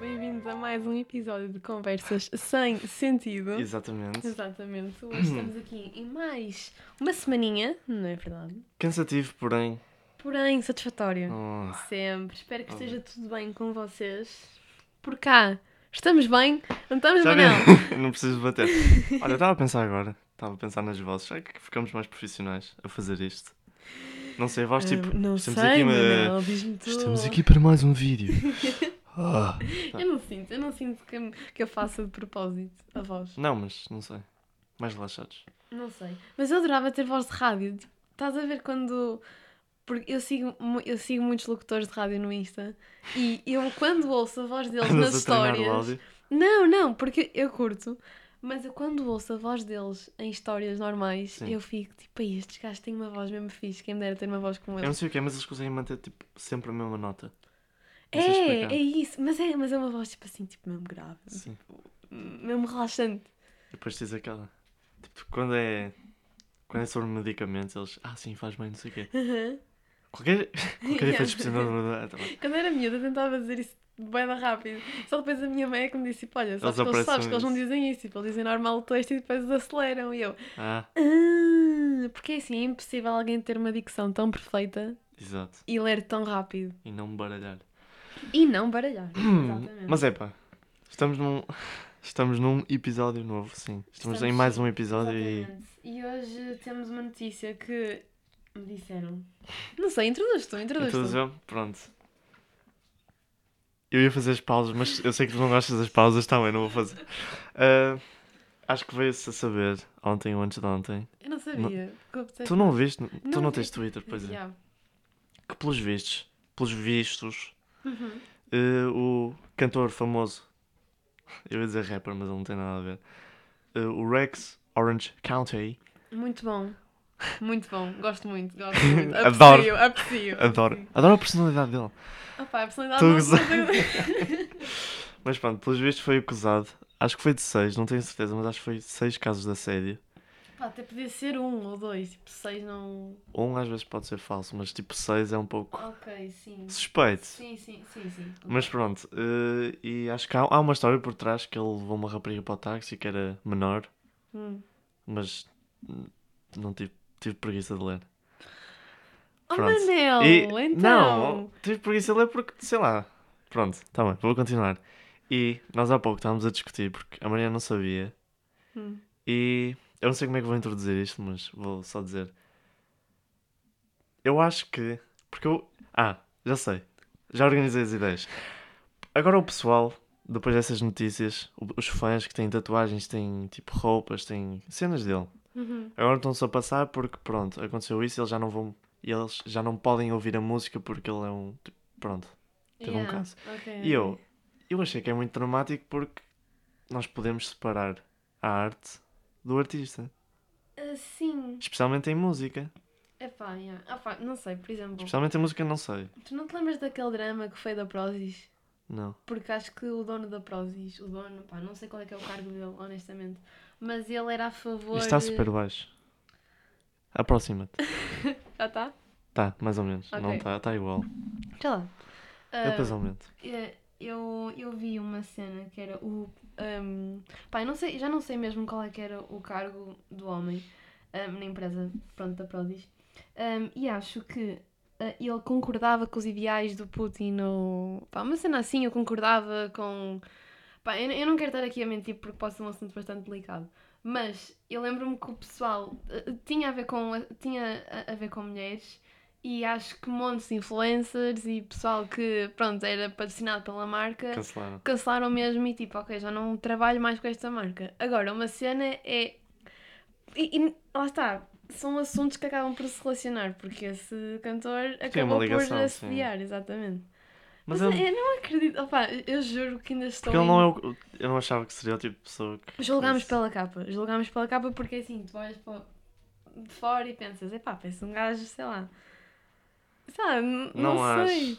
bem-vindos a mais um episódio de Conversas Sem Sentido. Exatamente. Exatamente, hoje estamos aqui em mais uma semaninha, não é verdade? Cansativo, porém. Porém, satisfatório. Oh, Sempre. Espero que Oh. esteja tudo bem com vocês. Por cá, estamos bem? Não estamos já bem, não? nem- não preciso bater. Olha, eu estava a pensar agora. Estava a pensar nas vozes. Será que ficamos mais profissionais a fazer isto? Não sei, a voz tipo. Ah, não estamos sei, aqui uma- Manel, diz-me tu. Estamos aqui para mais um vídeo. Ah. Eu não sinto, eu não sinto que, que eu faça de propósito a voz. Não, mas não sei. Mais relaxados. Não sei. Mas eu adorava ter voz de rádio. Tipo, Estás a ver quando. Porque eu sigo, mu- eu sigo muitos locutores de rádio no Insta e eu quando ouço a voz deles nas a treinar o histórias. áudio. Não, não, porque eu curto. Mas eu quando ouço a voz deles em histórias normais, Sim. eu fico tipo, "Ei, estes gajos têm uma voz mesmo fixe, quem me dera ter uma voz como Eu não eles. sei o que é, mas eles conseguem manter tipo, sempre a mesma nota. Não sei É, explicar. é isso, mas é, mas é uma voz tipo assim, tipo mesmo grave, Sim. mesmo relaxante. E depois tens aquela. Tipo, quando é. Quando é sobre medicamentos, eles. Ah, sim, faz bem, não sei o quê. Aham. Qualquer, qualquer Yeah. efeito especial. Ah, tá bem. Quando era miúda, eu tentava dizer isso bem rápido. Só depois a minha mãe é que me disse: tipo, Olha, sabes, Eles que eles, sabes apressam que eles não isso. dizem isso. Tipo, eles dizem normal o texto e depois aceleram. E eu, Ah, "Ah", porque é assim, é impossível alguém ter uma dicção tão perfeita exato. e ler tão rápido. E não me baralhar. E não baralhar. Exatamente. Mas é pá, estamos num. Estamos num episódio novo, sim. Estamos, em Estamos, mais sim. um episódio e. Exatamente. E hoje temos uma notícia que me disseram. Não sei, introduz tu, introduz tu. Introdução? Pronto. Eu ia fazer as pausas, mas eu sei que tu não gostas das pausas, também não vou fazer. Ah, acho que veio-se a saber, ontem ou antes de ontem. Eu não sabia. Desculpa, Tu não viste, tu Não não vi. tens Twitter, pois é. Yeah. Que pelos vistos, pelos vistos, Uhum. eh, o cantor famoso, eu ia dizer rapper, mas ele não tem nada a ver, eh, o Rex Orange County, Muito bom. Muito bom. Gosto muito, gosto muito. Adoro. Aprecio, aprecio. adoro, adoro a personalidade dele. Opa, a personalidade Tô a não- gozar. não tem- Mas pronto, pelos vistos foi acusado, acho que foi de seis, não tenho certeza, mas acho que foi seis casos de assédio. Pá, até podia ser um ou dois, tipo, seis não... Um às vezes pode ser falso, mas tipo seis é um pouco Ok, sim. suspeito. Sim, sim, sim, sim. Mas pronto, eh, e acho que há, há uma história por trás que ele levou uma rapariga para o táxi que era menor, Hum. mas hum, não tive, tive preguiça de ler. Oh, Pronto. Manel, E- então... Não, oh, tipo, tive preguiça de ler é porque, sei lá. Pronto, tá bem, vou continuar. E nós há pouco estávamos a discutir porque a Maria não sabia. Hum. E eu não sei como é que vou introduzir isto, mas vou só dizer. Eu acho que. Porque eu. Ah, já sei. Já organizei as ideias. Agora o pessoal, depois dessas notícias, o- os fãs que têm tatuagens, têm tipo roupas, têm cenas dele. Uhum. Agora estão-se a passar porque, pronto, aconteceu isso e eles já não vão. Eles já não podem ouvir a música porque ele é um. tipo, Pronto. Teve um Yeah, É. caso. ok, E eu, ok. eu achei que é muito dramático porque nós podemos separar a arte do artista. Ah, sim. Especialmente em música. Epá, yeah. Ah, pá, não sei, por exemplo, Especialmente em música, não sei. tu não te lembras daquele drama que foi da Prozis? Não. Porque acho que o dono da Prozis, o dono, pá, não sei qual é que é o cargo dele, honestamente, mas ele era a favor... Isto está super baixo. Aproxima-te. Já está? Tá, mais ou menos. Não Ok. Ah. está, está igual. Já lá. Eu depois aumento. É, Eu, eu vi uma cena que era o. Um, pá, eu não sei, já não sei mesmo qual é que era o cargo do homem um, na empresa pronto, da Prodis. Um, e acho que uh, ele concordava com os ideais do Putin ou. Pá, uma cena assim, eu concordava com. Pá, eu, eu não quero estar aqui a mentir porque pode ser um assunto bastante delicado. Mas eu lembro-me que o pessoal uh, tinha, a ver com, tinha a- a ver com mulheres e acho que montes de influencers e pessoal que, pronto, era patrocinado pela marca, Cancelaram. cancelaram mesmo e tipo, ok, já não trabalho mais com esta marca. Agora, uma cena é... E, e lá está, são assuntos que acabam por se relacionar, porque esse cantor acabou é ligação, por sim. assediar, exatamente. Mas Mas, é eu, eu... não acredito, opá, eu juro que ainda estou... porque ele em- não é o, eu não achava que seria o tipo de pessoa que. Julgámos Isso. pela capa. Julgámos pela capa porque assim, tu olhas para de fora e pensas, epá, pensa um gajo, sei lá. Sei lá, n- não, Não, acho. sei.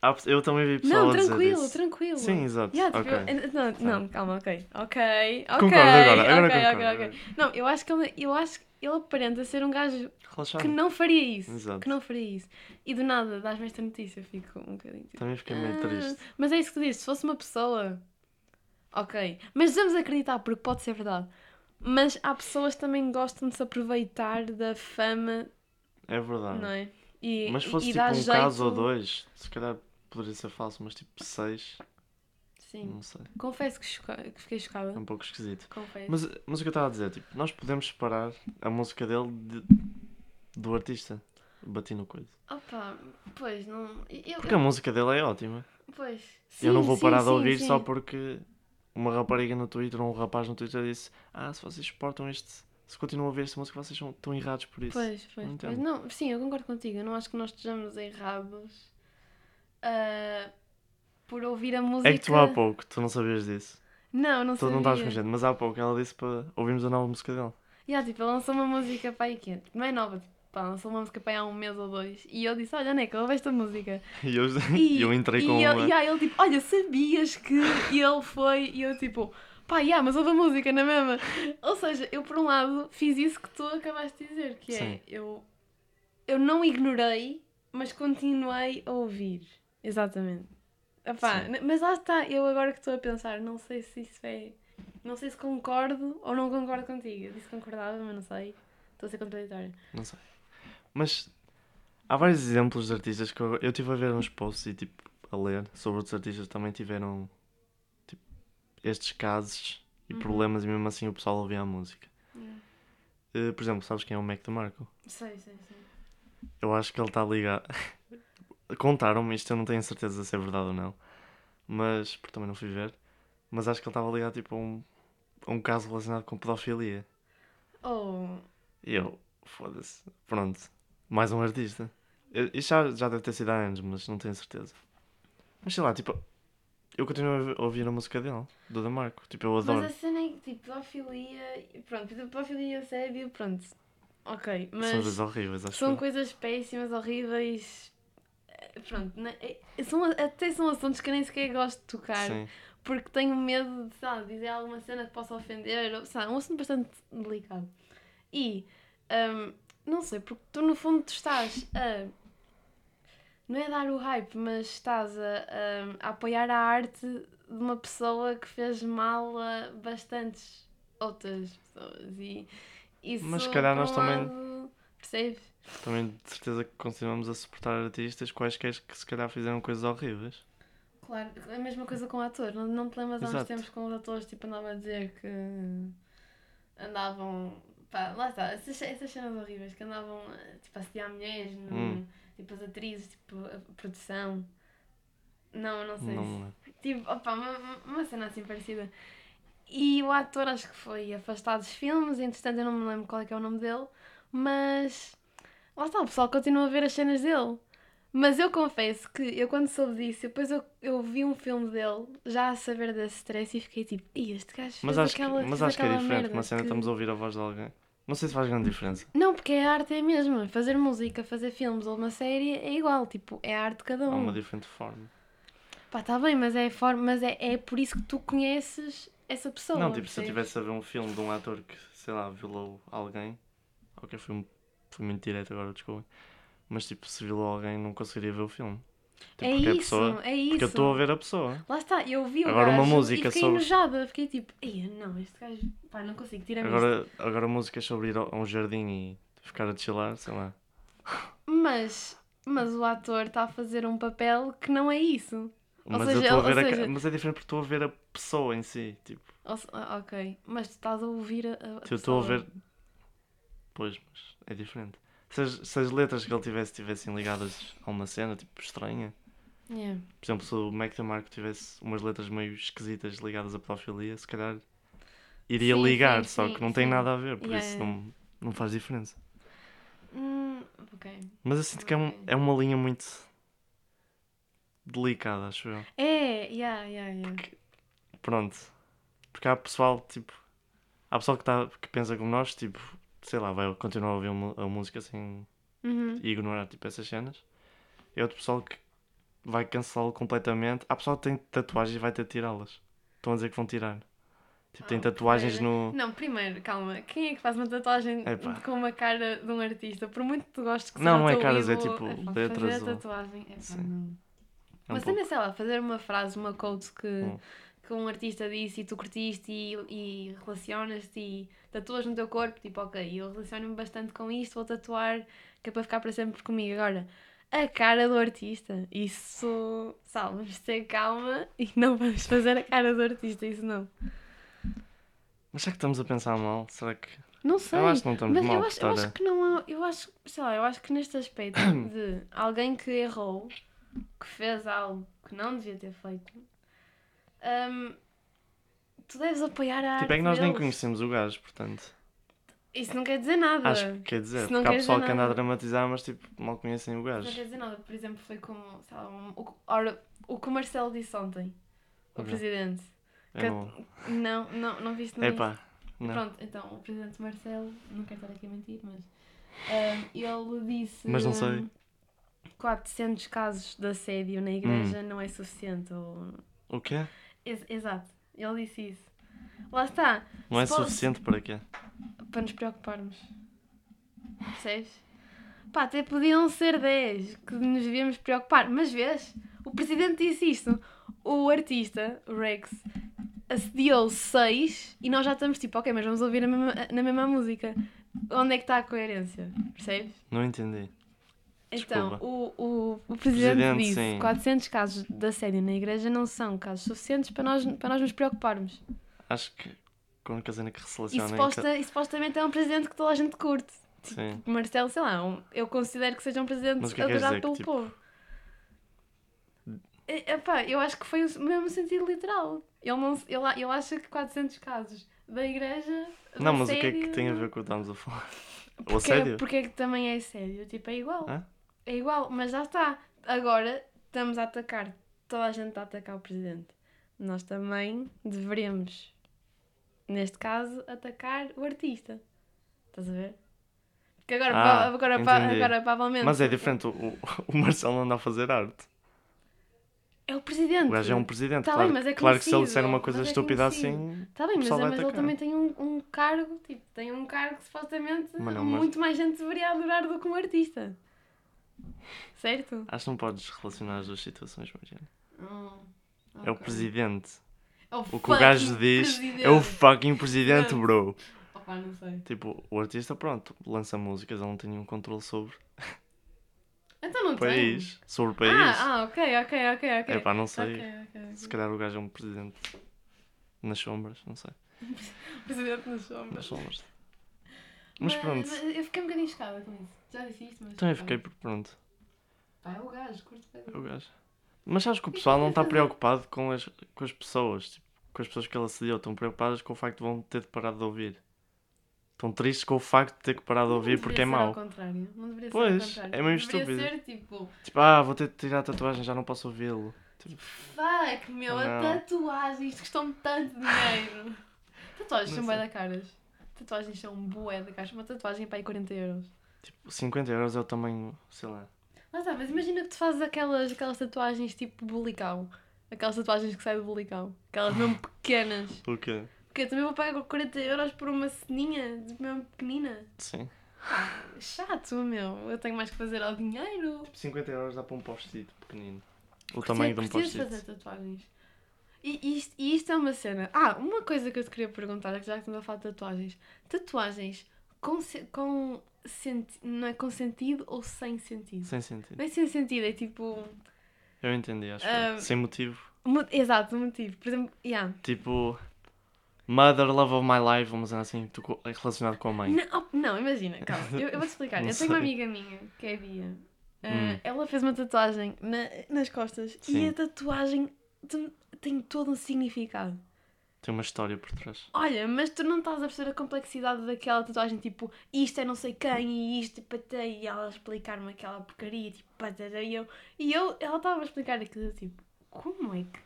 Há pe- Eu também vi pessoal Não, a dizer tranquilo, isso. tranquilo. Sim, exato. Yeah, tipo, ok. eu- eu- não, não, calma, ok. Ok, ok. Concordo agora, agora ok, concordo. ok, ok. Não, eu acho que ele, eu acho que ele aparenta ser um gajo Relaxado. que não faria isso. Exato. Que não faria isso. E do nada dás-me esta notícia, eu fico um bocadinho tipo. Também fiquei meio "Ah", triste. Mas é isso que tu dizes, se fosse uma pessoa. Ok. Mas vamos acreditar, porque pode ser verdade. Mas há pessoas que também gostam de se aproveitar da fama, É verdade. não é? E, Mas e- fosse e tipo dá um jeito- caso ou dois, se calhar poderia ser falso, mas tipo seis, Sim. não sei. Confesso que, choca- que fiquei É chocada. um pouco esquisito. Confesso. Mas, mas o que eu estava a dizer, tipo, nós podemos separar a música dele de- do artista. Bati no coisa. Opa, pois, não. Eu, Porque a música dele é ótima. eu- pois. eu não Sim, vou sim, parar de sim, ouvir sim. só porque uma rapariga no Twitter ou um rapaz no Twitter disse: Ah, se vocês suportam este. Se continuam a ouvir esta música, vocês são- estão errados por isso. Pois, pois, Não pois. entendo. Não, sim, eu concordo contigo. Eu não acho que nós estejamos errados ah, por ouvir a música. é que tu há pouco, tu não sabias disso. Não, não Tu sei. não estás consciente, mas há pouco ela disse para ouvirmos a nova música dele. Yeah, tipo, ela lançou uma música para aí que não é nova, tipo, pá, lançou uma música para aí há um mês ou dois. E eu disse: Olha, Neca, ouve esta música. E eu, E eu entrei e com eu- uma. E aí ele tipo: Olha, sabias que. E ele foi, e eu tipo. Pá, yeah, mas houve a música na mesma. Ou seja, eu por um lado fiz isso que tu acabaste de dizer, que é Sim. eu, eu não ignorei, mas continuei a ouvir. Exatamente. Epá, Sim. n- mas lá está, eu agora que estou a pensar, não sei se isso é. Não sei se concordo ou não concordo contigo. Eu disse que concordava, mas não sei. Estou a ser contraditória. Não sei. Mas há vários exemplos de artistas que eu, eu tive a ver uns posts e tipo a ler sobre outros artistas que também tiveram tipo, estes casos e Uhum. problemas e mesmo assim o pessoal ouvia a música. Eh, por exemplo, sabes quem é o Mac DeMarco? Sei, sei, sei. Eu acho que ele está ligado. Contaram-me isto, eu não tenho certeza se é verdade ou não. Mas, porque também não fui ver. Mas acho que ele estava ligado tipo, a, um, a um caso relacionado com pedofilia. Oh, E eu, foda-se. Pronto, mais um artista. Eu- Isto já, já deve ter sido há anos, mas não tenho certeza. Mas sei lá, tipo, eu continuo a ouvir- a ouvir a música dele, do Damarco. Tipo, eu adoro. mas a cena é que tipo, pedofilia. Pronto, pedofilia e assédio, pronto. Ok, São mas. coisas horríveis, acho São que. coisas péssimas, horríveis. Eh, Pronto, né, eh, são, até são assuntos que eu nem sequer gosto de tocar Sim, porque tenho medo de sabe, dizer alguma cena que possa ofender, ou, sabe, um assunto bastante delicado. E hum, não sei, porque tu no fundo tu estás a. Não é dar o hype, mas estás a, hum, a- a apoiar a arte de uma pessoa que fez mal a bastantes outras pessoas. E isso. Mas se calhar por um nós também- lado, percebes? também de certeza que continuamos a suportar artistas quaisquer que se calhar fizeram coisas horríveis. Claro, é a mesma coisa com atores. Não, não te lembras há uns Exato. tempos com os atores tipo, andavam a dizer que andavam. Pá, lá está, essas, essas cenas horríveis que andavam eh, tipo, a assediar mulheres, no- Hum. tipo as atrizes, tipo a produção. Não, não sei. Não me lembro. Tipo, opa, uma, uma cena assim parecida. E o ator acho que foi afastado dos filmes, entretanto eu não me lembro qual é que é o nome dele, mas lá está, o pessoal continua a ver as cenas dele. Mas eu confesso que eu quando soube disso, depois eu, eu vi um filme dele, já a saber desse stress, e fiquei tipo, "Ih, este gajo fez Mas acho, que, aquela mas fez acho que é aquela diferente. merda Uma cena que- estamos a ouvir a voz de alguém. Não sei se faz grande diferença. Não, porque a arte é a mesma, fazer música, fazer filmes ou uma série é igual, tipo, é a arte de cada Há um. uma diferente forma. Pá, está bem, mas é, a forma, mas é, é por isso que tu conheces essa pessoa. Não, tipo, se eu percebes? tivesse a ver um filme de um ator que, sei lá, violou alguém. Ok, foi, um- foi muito direto agora, desculpa. Mas, tipo, se violou alguém, não conseguiria ver o filme. Tipo, é porque a isso, pessoa. é isso. Porque eu estou a ver a pessoa. Lá está, eu vi o Agora uma gajo música e fiquei sobre- enojada. Fiquei tipo, ei, não, este gajo, pá, não consigo, tira-me isto. Agora, agora músicas sobre ir ao- a um jardim e ficar a chilar, sei lá. Mas, mas o ator está a fazer um papel que não é isso. Ou Mas, seja, eu estou ou a ver a ca- seja- mas é diferente porque estou a ver a pessoa em si. Tipo, Ou se- ah, ok, mas tu estás a ouvir a, a se eu estou a pessoa. ver. Pois, mas é diferente. Se as, se as letras que ele tivesse tivessem ligadas a uma cena, tipo, estranha. Yeah. Por exemplo, se o Mac DeMarco tivesse umas letras meio esquisitas ligadas à pedofilia, se calhar iria Sim, ligar, sim, só sim, que não tem sim. nada a ver, por Yeah, isso yeah. não, não faz diferença. Hum, ok. Mas eu sinto que é, um- Ok. é uma linha muito delicada, acho eu. É, yeah, yeah, yeah. Pronto. Porque há pessoal, tipo, há pessoal que, tá, que pensa como nós, tipo, sei lá, vai continuar a ouvir a mu- a música sem Uhum. e ignorar, tipo, essas cenas. E há outro pessoal que vai cancelá-lo completamente. Há pessoal que tem tatuagens e vai ter tirá-las. Estão a dizer que vão tirar. Tipo, tem Ah, tatuagens no. Não, primeiro, calma. Quem é que faz uma tatuagem Epá. com uma cara de um artista? Por muito que tu gostes que seja Não, o não é teu caras, é ídolo, tipo epá, letras Fazer ou- a tatuagem, epá, Sim. não. É um Mas pouco. também, sei lá, fazer uma frase, uma quote que, Hum. que um artista disse e tu curtiste e, e relacionas-te e tatuas no teu corpo, tipo, ok, eu relaciono-me bastante com isto, vou tatuar, que é para ficar para sempre comigo. Agora, a cara do artista, isso, sabe, vamos ter calma e não vamos fazer a cara do artista, isso não. Mas será que estamos a pensar mal? Será que. tipo, Não sei. Eu acho que não estamos Mas mal eu por acho, eu estar acho a- que não há. Eu acho, sei lá, eu acho que neste aspecto de alguém que errou, que fez algo que não devia ter feito, hum, tu deves apoiar a Tipo, é arte que nós nem deles. conhecemos o gajo, portanto. Isso não quer dizer nada. Acho que quer dizer. Isso não Porque há quer pessoal dizer que anda a nada. dramatizar, mas tipo, mal conhecem o Não gajo. quer dizer nada. Por exemplo, foi como, sei lá, um- o, ora, o que o Marcelo disse ontem, o Ok. presidente. É que- bom. Não, não, não viste nem Epá. Não. Pronto, então, o presidente Marcelo, não quero estar aqui a mentir, mas hum, ele disse Mas não sei. hum, 400 casos de assédio na igreja Hum. não é suficiente. Ou... O quê? Ex- exato, ele disse isso. Lá está, Não é Se fosse- suficiente para quê? para nos preocuparmos. Percebes? Pá, até podiam ser 10 que nos devíamos preocupar, mas vês, o presidente disse isto. O artista, o Rex, assediou 6 e nós já estamos tipo, ok, mas vamos ouvir a mesma- na mesma música. Onde é que está a coerência? Percebes? Não entendi. Então, Desculpa. o, o, o presidente, Presidente, disse sim. 400 casos de assédio na igreja não são casos suficientes para nós, para nós nos preocuparmos. Acho que com a cena que se E, relaciona. em ca- suposta- e supostamente é um presidente que toda a gente curte. Sim. Marcelo, sei lá, um- eu considero que seja um presidente Mas o que é que queres adorado dizer? pelo Que, tipo, povo. É, epá, eu acho que foi o s- mesmo sentido literal. Ele, não, se- ele, a- ele acha que 400 casos da igreja. de Não, mas o que é que assédio, tem a não- ver com o que estamos a falar? O Porque, assédio? porque é que também é assédio? Tipo, é igual. Hã? É igual, mas já está. Agora estamos a atacar. Toda a gente está a atacar o presidente. Nós também deveremos, neste caso, atacar o artista. Estás a ver? Porque agora, Ah, prova- agora, pa- entendi. agora provavelmente. Mas é diferente, o, o- o Marcelo não anda a fazer arte. É o presidente. O gajo é um presidente, Tá claro, bem, mas é claro que se ele conhecido, disser uma coisa mas é estúpida conhecido. assim, Está Tá bem, o mas, pessoal vai mas ele atacar. também tem um, um cargo, tipo, tem um cargo que supostamente Mas não, mas- muito mais gente deveria adorar do que um artista. Certo? acho que não podes relacionar as duas situações, Mariana. Hum, É o ok. presidente. É O que o gajo fucking diz é o presidente. fucking presidente, bro. Opa, não sei. Tipo, o artista, pronto, lança músicas, ele não tem nenhum controle sobre Então não o tem. país. Sobre o país. Ah, ah, ok, ok, ok, ok. é pá, não sei. Ok, ok. Se calhar o gajo é um presidente. Nas sombras, não sei. Presidente nas sombras. Nas sombras. Mas pronto. eu fiquei um bocadinho chocada com isso. Já disse isto, mas. Então eu pá. fiquei por pronto. Pá, é o gajo, curto bem. É o gajo. Mas sabes que o pessoal não está preocupado com as, com as pessoas. Tipo, com as pessoas que ele assediou. Estão preocupadas com o facto de vão ter de parar de ouvir. Estão tristes com o facto de ter que parar de ouvir Não porque deveria é ser ao mau. contrário. Não deveria Pois, ser ao contrário. é meio Deveria estúpido. ser tipo, Tipo, ah, vou ter de tirar a tatuagem, já não posso ouvi-lo. Tipo, fuck, meu, a Não. tatuagem, isto custou-me tanto dinheiro. Tatuagens Não são bué sei. da caras. Tatuagens são bué da caras. Uma tatuagem é para aí 40 euros. Tipo, 50 euros é o tamanho, sei lá. Mas, tá, mas imagina que tu fazes aquelas, aquelas tatuagens tipo bulical. Aquelas tatuagens que saem do bulical. Aquelas mesmo pequenas. O quê? Porque eu também vou pagar 40 euros por uma ceninha de mesmo pequenina. Sim. Chato, meu. Eu tenho mais que fazer ao dinheiro. Tipo, 50 euros dá para um post-it pequenino. O Curti- tamanho de um curtias post-it. fazer tatuagens. E isto, e isto é uma cena. Ah, uma coisa que eu te queria perguntar, já que estamos a falar de tatuagens. Tatuagens com, se- com, senti- não é com sentido ou sem sentido? Sem sentido. Não é sem sentido, é tipo. Eu entendi, acho. que Ah. foi. Sem motivo. mo- Exato, motivo. Por exemplo, yeah. Tipo, Mother Love of My Life, vamos dizer assim, tu co- relacionado com a mãe. Não, op- não, imagina, calma, eu, eu vou-te explicar. Não eu tenho uma sei. amiga minha, que é a Bia. Ah, Hum. Ela fez uma tatuagem na- nas costas e Sim. a tatuagem tem, tem todo um significado. Tem uma história por trás. Olha, mas tu não estás a perceber a complexidade daquela tatuagem, tipo, isto é não sei quem e isto, e patê, e ela a explicar-me aquela porcaria, tipo, patê, e eu, e eu, ela estava a explicar aquilo, eu, tipo, como é que...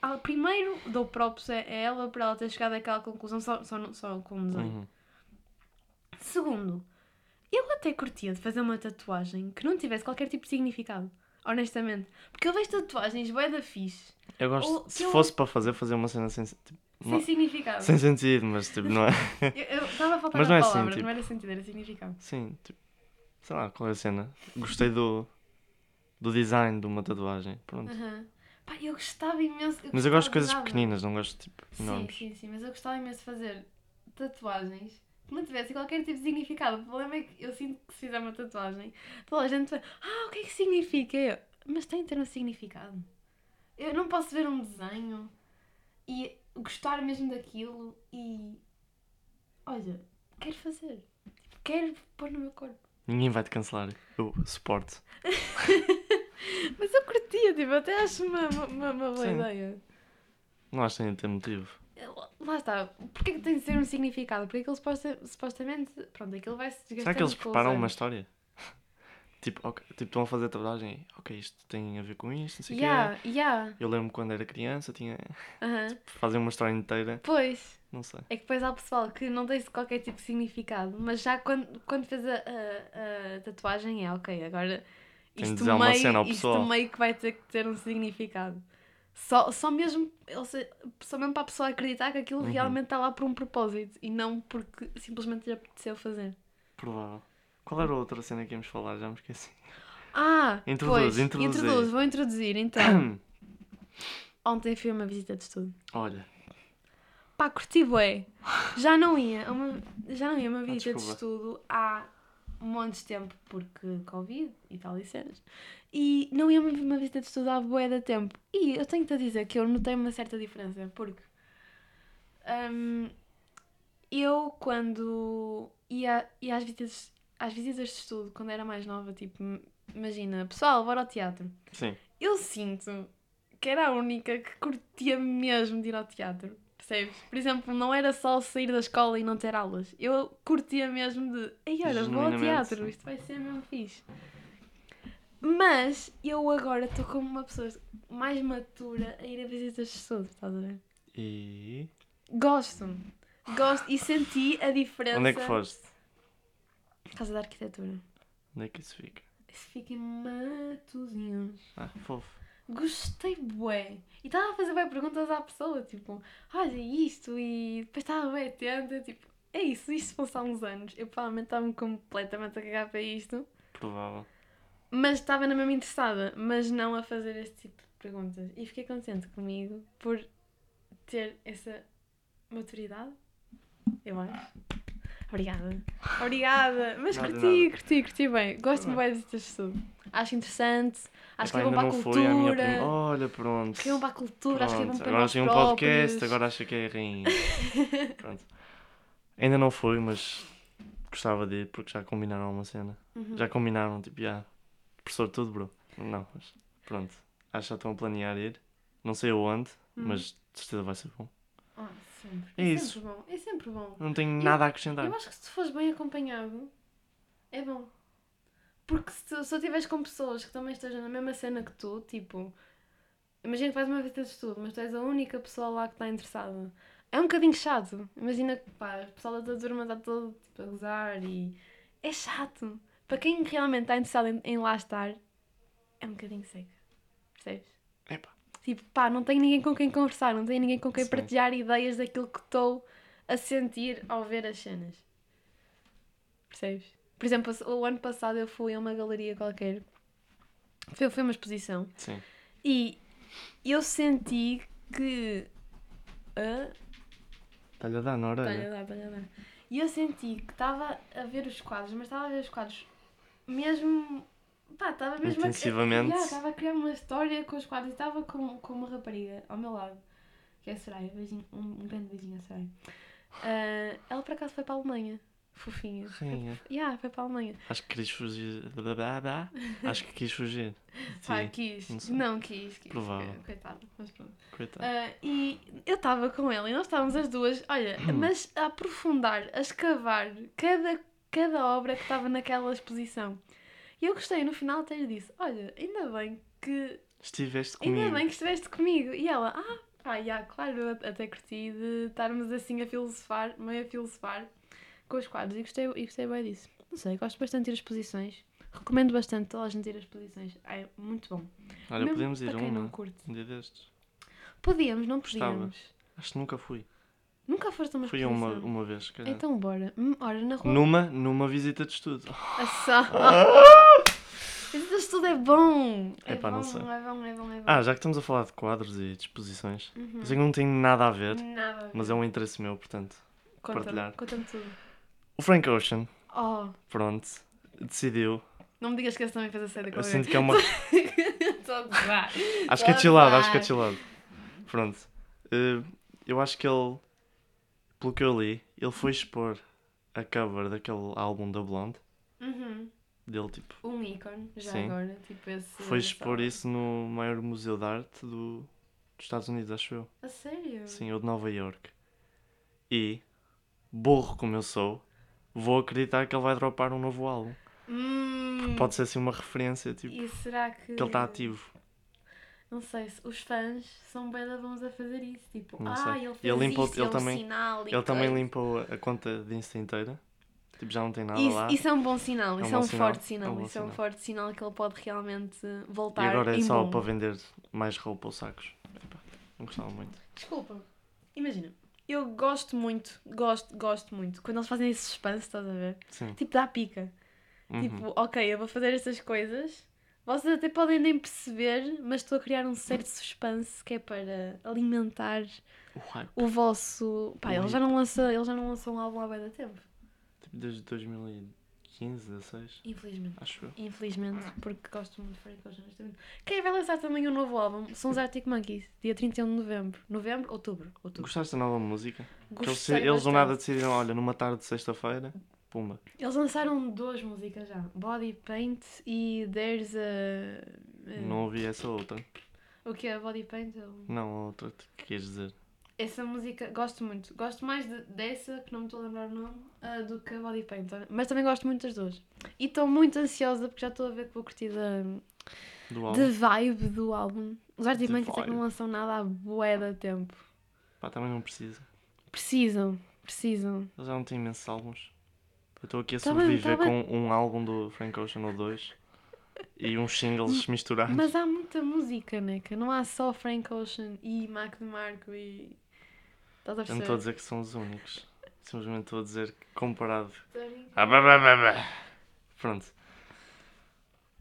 Ah, primeiro, dou props a a ela por ela ter chegado àquela conclusão só, só, no- só com 18. Uhum. Segundo, eu até curtia de fazer uma tatuagem que não tivesse qualquer tipo de significado, honestamente. Porque eu vejo tatuagens bué da fixe. Eu gosto, Ou se que eu- fosse para fazer, fazer uma cena sem, tipo, Sem significado. Sem sentido, mas tipo, não é. Eu- Eu estava a faltar Mas a não é assim, palavra, tipo- não era sentido, era significado. Sim, tipo, sei lá qual é a cena. Gostei do, do design de uma tatuagem, pronto. Aham. Pá, eu gostava imenso. Mas eu gosto gostava de coisas nada. pequeninas, não gosto tipo Sim, enormes. sim, sim, mas eu gostava imenso de fazer tatuagens que não tivessem qualquer tipo de significado. O problema é que eu sinto que se fizer uma tatuagem, toda a gente vai, ah, o que é que significa? Eu, mas tem de ter um significado. Eu não posso ver um desenho e gostar mesmo daquilo e. Olha, quero fazer. Tipo, Quero pôr no meu corpo. Ninguém vai te cancelar. Eu suporto. Mas eu curtia, tipo, eu até acho uma, uma, uma- uma boa Sim. ideia. Não acho que tenha de ter motivo. Lá está, porque é que tem de ser um significado? Porque aquilo suposta- supostamente, pronto, aquilo vai se Será desgastando que eles com os preparam uma anos. história? tipo, ok, tipo, estão a fazer tatuagem. Ok, isto tem a ver com isto, não sei o Yeah, yeah. quê. Eu lembro quando era criança, tinha. aham. Fazer uma história inteira, Pois, não sei. é que depois há pessoal que não tem qualquer tipo de significado, mas já quando, quando fez a, a- a tatuagem é ok, agora de dizer uma cena ao isto pessoal. meio que vai ter que ter um significado. Só, só, mesmo, ou seja, só mesmo para a pessoa acreditar que aquilo Uhum. realmente está lá por um propósito e não porque simplesmente lhe apeteceu fazer. Provável. Qual era a outra cena que íamos falar? Já me esqueci. Ah, Introduz, pois, introduz aí. introduzo, vou introduzir então. Ontem fui a uma visita de estudo. Olha, Pá, curti bué. Já não ia a uma, já não ia a uma visita de desculpa. estudo há um monte de tempo, porque Covid e tal e cenas. E não ia a uma- uma visita de estudo há bué da tempo. E eu tenho-te a dizer que eu notei uma certa diferença, porque... hum, eu, quando ia, ia às, visitas, às visitas de estudo, quando era mais nova, tipo, imagina, pessoal, bora ao teatro. sim. Eu sinto que era a única que curtia mesmo de ir ao teatro, percebes? Por exemplo, não era só sair da escola e não ter aulas. Eu curtia mesmo de, ei, olha, vou ao Genuinamente, teatro, sim. isto vai ser mesmo fixe. Mas eu agora estou como uma pessoa mais matura a ir a visitas de estudo, estás a ver? E. Gosto. Gosto e senti a diferença. Onde é que foste? Casa da Arquitetura. Onde é que isso fica? Isso fica em Matosinhos. Ah, fofo. Gostei bué. E estava a fazer bué perguntas à pessoa, tipo, olha isto, e depois estava bué atenta, tipo, é isso, isto fosse há uns anos. Eu provavelmente estava-me completamente a cagar para isto, Provável. mas estava na mesma interessada, mas não a fazer este tipo de perguntas. E fiquei contente comigo por ter essa maturidade, eu acho. Obrigada. Obrigada. Mas Nada, curti, nada. Tá curti, curti bem. Gosto-me bem. bem de ter estudo. Acho interessante, acho que é Epá, bom para a foi a minha cultura. prim- Olha, pronto. Que é bom para a cultura, acho que é bom Pronto, para agora nós achei um próprios. podcast, agora acho que é a rainha. Pronto. Ainda não fui, mas gostava de ir porque já combinaram uma cena. Uhum. Já combinaram, tipo, já. Professor, tudo, bro. Não, mas pronto. Acho que já estão a planear ir. Não sei aonde, Uhum. mas de certeza vai ser bom. Ah, sempre. É É, isso. Tá. sempre bom. É sempre bom. Não tenho nada a acrescentar. Eu acho que se tu fores bem acompanhado, é bom. Porque se tu se estiveres com pessoas que também estejam na mesma cena que tu, tipo, imagina que vais uma visita de estudo, mas tu és a única pessoa lá que está interessada. É um bocadinho chato. Imagina que pá, o pessoal da tua turma está todo tipo, a gozar e. É chato. Para quem realmente está interessado em, em lá estar, é um bocadinho seca. Percebes? Epá. Tipo, pá, não tenho ninguém com quem conversar, não tenho ninguém com quem Sim. partilhar ideias daquilo que estou a sentir ao ver as cenas. Percebes? Por exemplo, o ano passado eu fui a uma galeria qualquer. Foi, foi uma exposição. Sim. E eu senti que. Ah, Está-lhe a dar na Olha orelha. lá, olha lá. E eu senti que estava a ver os quadros, mas estava a ver os quadros mesmo. Pá, estava mesmo a- Intensivamente. Yeah, Estava a criar uma história com os quadros e estava com, com uma rapariga ao meu lado, que é a Soraya. Beijinho, um, um grande beijinho a Soraya. Ah, ela por acaso foi para a Alemanha, fofinha. Rainha. Yeah, foi para a Alemanha. Acho que queres fugir. Blá, blá, blá. Acho que quis fugir. Pá, Sim, quis. não sei. Não, quis, quis. Provável. Coitada, mas pronto. coitado. Ah, e eu estava com ela e nós estávamos as duas, olha, Hum. mas a aprofundar, a escavar cada, cada obra que estava naquela exposição. E eu gostei, no final até lhe disse: Olha, ainda bem que, Estiveste ainda comigo. bem que estiveste comigo. E ela: Ah, pá, já, claro, eu até curti de estarmos assim a filosofar, meio a filosofar com os quadros. E gostei, e gostei bem disso. Não sei, gosto bastante de ir a exposições. Recomendo bastante toda a gente ir a exposições. É muito bom. Olha, Mesmo podemos ir a para quem não uma. curte. Um dia destes. Podíamos, não Gostava. podíamos. Acho que nunca fui. Nunca foste a uma Fui a exposição? uma, uma vez, se calhar. Então bora. Hum, ora, na rua. Numa, numa visita de estudo. Ah, só. Mas isso tudo é bom. Epá, bom, não sei. É bom, é bom, é bom. Ah, já que estamos a falar de quadros e de exposições, Uhum. eu sei que não tem nada a ver, Nada. mas é um interesse meu, portanto. Conta-me, partilhar. conta-me tudo. O Frank Ocean, Oh, pronto, decidiu. não me digas que esse também fez a série com Eu sinto que é uma. Estou a gozar. Acho que é chillado, acho que é chillado. Pronto. Eh, eu acho que ele, pelo que eu li, ele foi expor a cover daquele álbum da Blonde, Uhum. dele tipo. Um ícone, já Sim. agora. Tipo esse... Foi expor isso no maior museu de arte do, dos Estados Unidos, acho eu. A sério? Sim, ou de Nova York. E, burro como eu sou, vou acreditar que ele vai dropar um novo álbum. Hum, Pode ser assim uma referência, tipo, E será que... que ele está ativo. Não sei, se os fãs são bem bons a fazer isso. Tipo, Não ah, sei. ele fez Ele limpou- isto, ele é um também- sinal. e Ele também coisa. limpou a a conta de Insta inteira. Tipo, já não tem nada lá. Isso, isso é um bom sinal, É um isso é bom um sinal, forte sinal, é um bom isso é um sinal. forte sinal que ele pode realmente E voltar agora é em só bom. para vender mais roupa ou sacos. Epá, não gostava muito. Desculpa, imagina, eu gosto muito, gosto, gosto muito, quando eles fazem esse suspense, estás a ver? Sim. Tipo, dá pica. Uhum. Tipo, ok, eu vou fazer estas coisas, vocês até podem nem perceber, mas estou a criar um certo suspense que é para alimentar O hype, o vosso... Pá, O ele já, hype. não lança, ele já não lançou um álbum há bem da tempo, tipo, desde 2015, 16, infelizmente. acho eu. Infelizmente, porque gosto muito de Frank Ocean. neste momento. Quem vai lançar também um novo álbum são os Arctic Monkeys, dia 31 de novembro. Novembro, outubro. outubro. Gostaste da nova música? Que eles, Gostei eles do bastante. nada decidiram, olha, numa tarde de sexta-feira, pumba. Eles lançaram duas músicas já: Body Paint e There's a. a- Não ouvi essa outra. O que é Body Paint? Eu- Não, a outra que queres dizer. Essa música gosto muito. Gosto mais de- dessa, que não me estou a lembrar o nome, ah, do que a Body Paint. olha. Mas também gosto muito das duas. E estou muito ansiosa porque já estou a ver que vou curtir da, Do álbum. da vibe do álbum. Os Arctic The Monkeys é que não vibe. lançam nada há bué da tempo. Pá, também não precisa. Precisam, precisam. Eles já não têm imensos álbuns. Eu estou aqui a Tá bem, sobreviver tá bem. com um álbum do Frank Ocean ou dois e uns singles misturados. Mas há muita música, né? Que não há só Frank Ocean e Mac DeMarco e. Estás a Eu não estou perceber? a dizer que são os únicos. Simplesmente estou a dizer que comparado. É Ah, bah, bah, bah, bah. Pronto.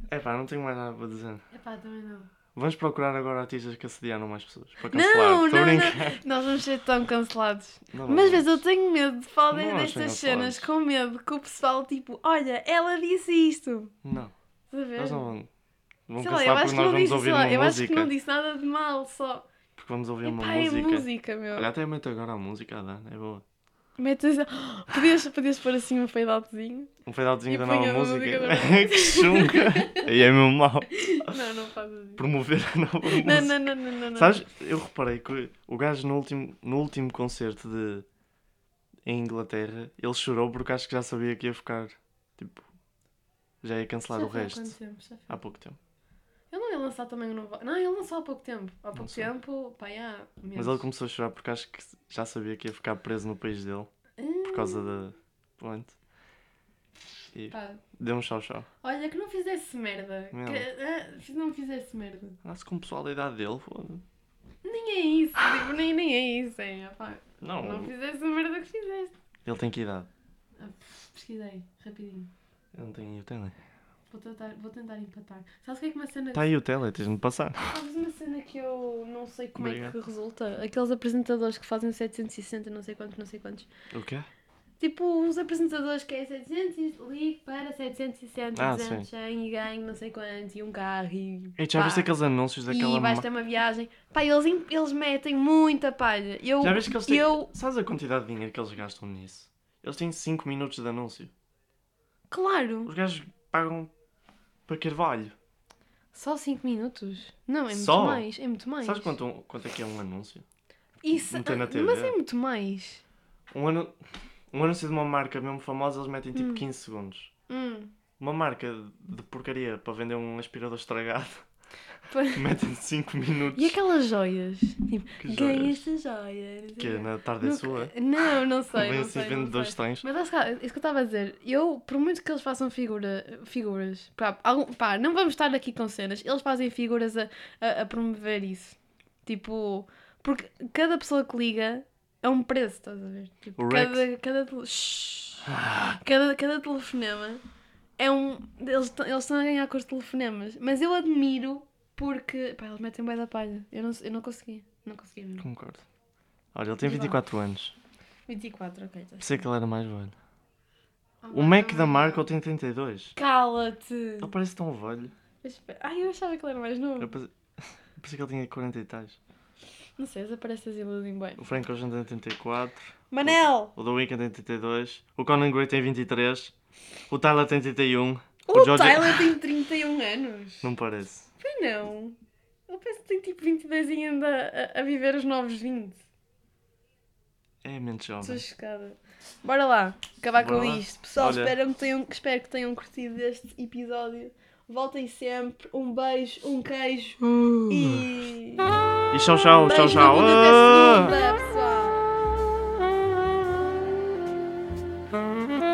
É pá, não tenho mais nada para dizer. Epá, também não. Vamos procurar agora artistas que assediaram mais pessoas. Para cancelar. Não, não, Estou a não. brincar. Nós vamos ser tão cancelados. Mas às Não Tá vamos. vezes eu tenho medo de falar Não vamos ser destas cenas cancelados. com medo que o pessoal, tipo, olha, ela disse isto. Não, Estás a ver? eles não vão. Vão Sei lá, eu cancelar acho porque que nós não vamos disse, sei ouvir lá, uma eu acho que música. não disse nada de mal, só. Porque vamos ouvir uma Epá, é música. música, meu. Olha, até meto agora a música a dar, é boa. Metes... Podias, podias pôr assim um fade outzinho? Um fade-outzinho E da punha nova a música. música que chunga! Aí é mesmo mal. Não, não fazes isso. Promover a nova música. Não, não, não, não, não, não. Sabes, eu reparei que o gajo no último, no último concerto de em Inglaterra, ele chorou porque acho que já sabia que ia ficar, tipo, já ia cancelar Já o foi há resto. Ah. quanto tempo? Já foi. Há pouco tempo. Ele não ia lançar também um novo. Não, ele lançou há pouco tempo. Há pouco sei. tempo, pá, há Mas ele começou a chorar porque acho que já sabia que ia ficar preso no país dele por causa Hum. da ponte. E Pá, deu um chau-chau. olha, que não fizesse merda. Não. Que ah, se não fizesse merda. Nossa, com o pessoal da idade dele, foda Nem é isso, tipo, nem, nem é isso, hein, pá. não, Não fizesse a merda que fizeste. ele tem que idade? Ah, pff, Pesquisei, rapidinho. Eu não tenho o tele. Vou tentar, vou tentar empatar. Sabes o que é que uma cena. Está Tá aí o tele, tens de me passar. Sabes uma cena que eu não sei como é Obrigado. que resulta? Aqueles apresentadores que fazem 760, não sei quantos, não sei quantos. O quê? Tipo, uns apresentadores que é 700 e ligue para 760, Ah, 200, 100 e ganho não sei quanto, e um carro e. Ei, já pá, viste aqueles anúncios daquela E vais ma- ter uma viagem. Pá, eles, em- eles metem muita palha. Eu, Já vês que eles têm. eu Sabes a quantidade de dinheiro que eles gastam nisso? Eles têm 5 minutos de anúncio. Claro, Os gajos pagam para Carvalho. só 5 minutos. Não, é muito Só? mais. É muito mais. Sabes quanto, quanto é que é um anúncio? Isso, Não tem na ah, TV? Mas é muito mais. Um, anu... um anúncio de uma marca mesmo famosa, eles metem tipo 15 segundos. Hum. Uma marca de porcaria para vender um aspirador estragado, Pá. metem 5 minutos. E é aquelas joias? Tipo, Que ganha joias? esta joia. não sei Que o é quê. na tarde é No- sua. Não, não sei. Vêm não assim sei, não sei. vendedores tens. Mas lá está, isso que eu estava a dizer, eu, por muito que eles façam figura, figuras, pá, algum- pá, não vamos estar aqui com cenas, eles fazem figuras a, a, a promover isso. Tipo, porque cada pessoa que liga é um preço, estás a ver? Tipo, O Rex- cada, cada, tele- Shhh. cada, cada telefonema é um. Eles tão- eles estão a ganhar com os telefonemas. Mas eu admiro porque. Pá, eles metem bem da palha. Eu não, eu não consegui. Não consegui mesmo. Concordo. Olha, ele tem 24 anos. 24, ok. tá Pensei certo. que ele era mais velho. Oh, O Mac da não. marca ele tem 32. Cala-te! Ele parece tão velho. Mas espera- Ai, eu achava que ele era mais novo. Eu pensei, eu pensei que ele tinha 40 e tais. Não sei, as aparências iludem bem. O Frank Ocean tem 34. Manel! O The Weeknd tem 32. O Conan Gray tem 23. O Tyler tem 31. O, George- Tyler tem 31 anos! Não parece. Pois não! Eu penso que tem tipo 22 e ainda a, a viver os novos 20. É menos Estou jovem. chocada. Bora lá, acabar Bora com lá. isto. Pessoal, Olha. espero que, tenham, espero que tenham curtido este episódio. Voltem sempre. Um beijo, um queijo Uh. e. E tchau, tchau, tchau, Beijo na tchau. bunda Ah! até segunda, pessoal! Ah!